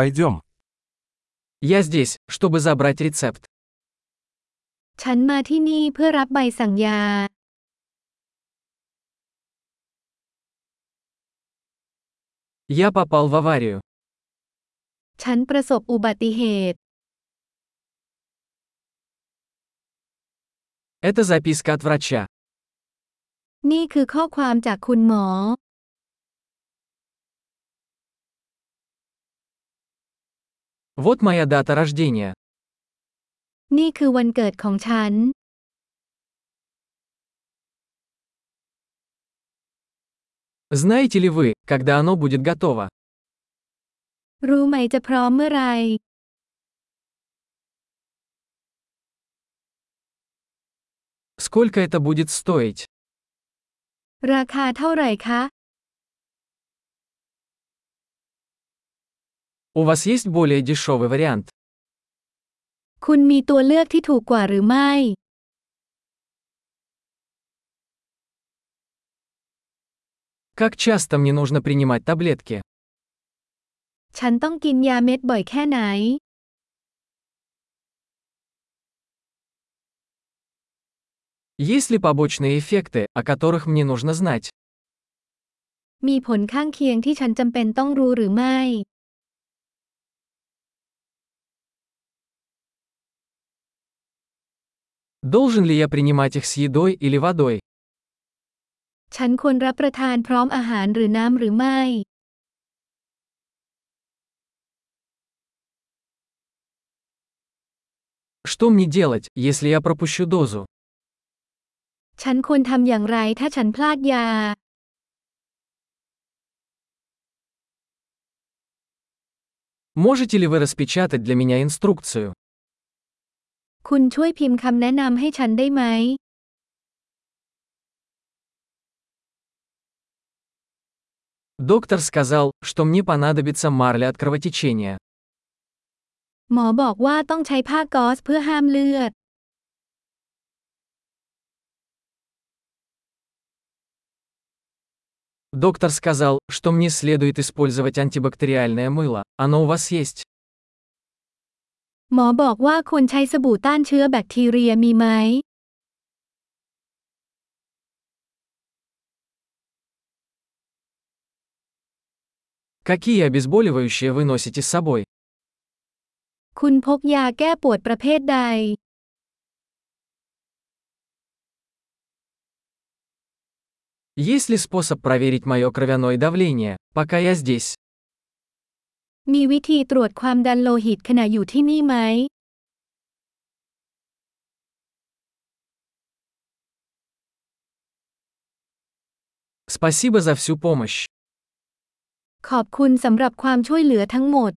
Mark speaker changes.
Speaker 1: Пойдем.
Speaker 2: Я здесь, чтобы забрать рецепт.
Speaker 3: ฉันมาที่นี่เพื่อรับใบสั่งยา
Speaker 2: Я попал в аварию.
Speaker 3: ฉันประสบอุบัติเหตุ
Speaker 2: Это записка от врача.
Speaker 3: นี่คือข้อความจากคุณหมอ
Speaker 2: Вот моя дата рождения.
Speaker 3: นี่คือวันเกิดของฉัน
Speaker 2: Знаете ли вы, когда оно будет готово?
Speaker 3: รู้ไหมจะพร้อมเมื่อไหร
Speaker 2: Сколько это будет стоить?
Speaker 3: ราคาเท่าไหร่คะ
Speaker 2: У вас есть более дешевый вариант?
Speaker 3: คุณมีตัวเลือกที่ถูกกว่าหรือไม่
Speaker 2: Как часто мне нужно принимать таблетки?
Speaker 3: ฉันต้องกินยาเม็ดบ่อยแค่ไหน
Speaker 2: Есть ли побочные эффекты, о которых мне нужно знать?
Speaker 3: มีผลข้างเคียงที่ฉันจำเป็นต้องรู้หรือไม่
Speaker 2: Должен ли я принимать их с едой или водой?
Speaker 3: ฉันควรรับประทานพร้อมอาหารหรือน้ำหรือไม่
Speaker 2: Что мне делать, если я пропущу дозу?
Speaker 3: ฉันควรทำอย่างไรถ้าฉันพลาดยา
Speaker 2: Можете ли вы распечатать для меня инструкцию?
Speaker 3: คุณช่วยพิมพ์คำแนะนำให้ฉันได้ไหม
Speaker 2: Доктор сказал, что мне понадобится марля от кровотечения.
Speaker 3: หมอบอกว่าต้องใช้ผ้ากอซเพื่อห้ามเลือด
Speaker 2: Доктор сказал, что мне следует использовать антибактериальное мыло. Оно у вас есть?
Speaker 3: หมอบอกว่าควรใช้สบู่ต้านเชื้อแบคทีเรียมีไหม
Speaker 2: Какие обезболивающие вы носите с собой?
Speaker 3: คุณพกยาแก้ปวดประเภทใด
Speaker 2: Есть ли способ проверить мое кровяное давление, пока я здесь?
Speaker 3: มีวิธีตรวจความดันโลหิตขณะอยู่ที่นี่ไหม
Speaker 2: Спасибо за всю помощь.
Speaker 3: ขอบคุณสำหรับความช่วยเหลือทั้งหมด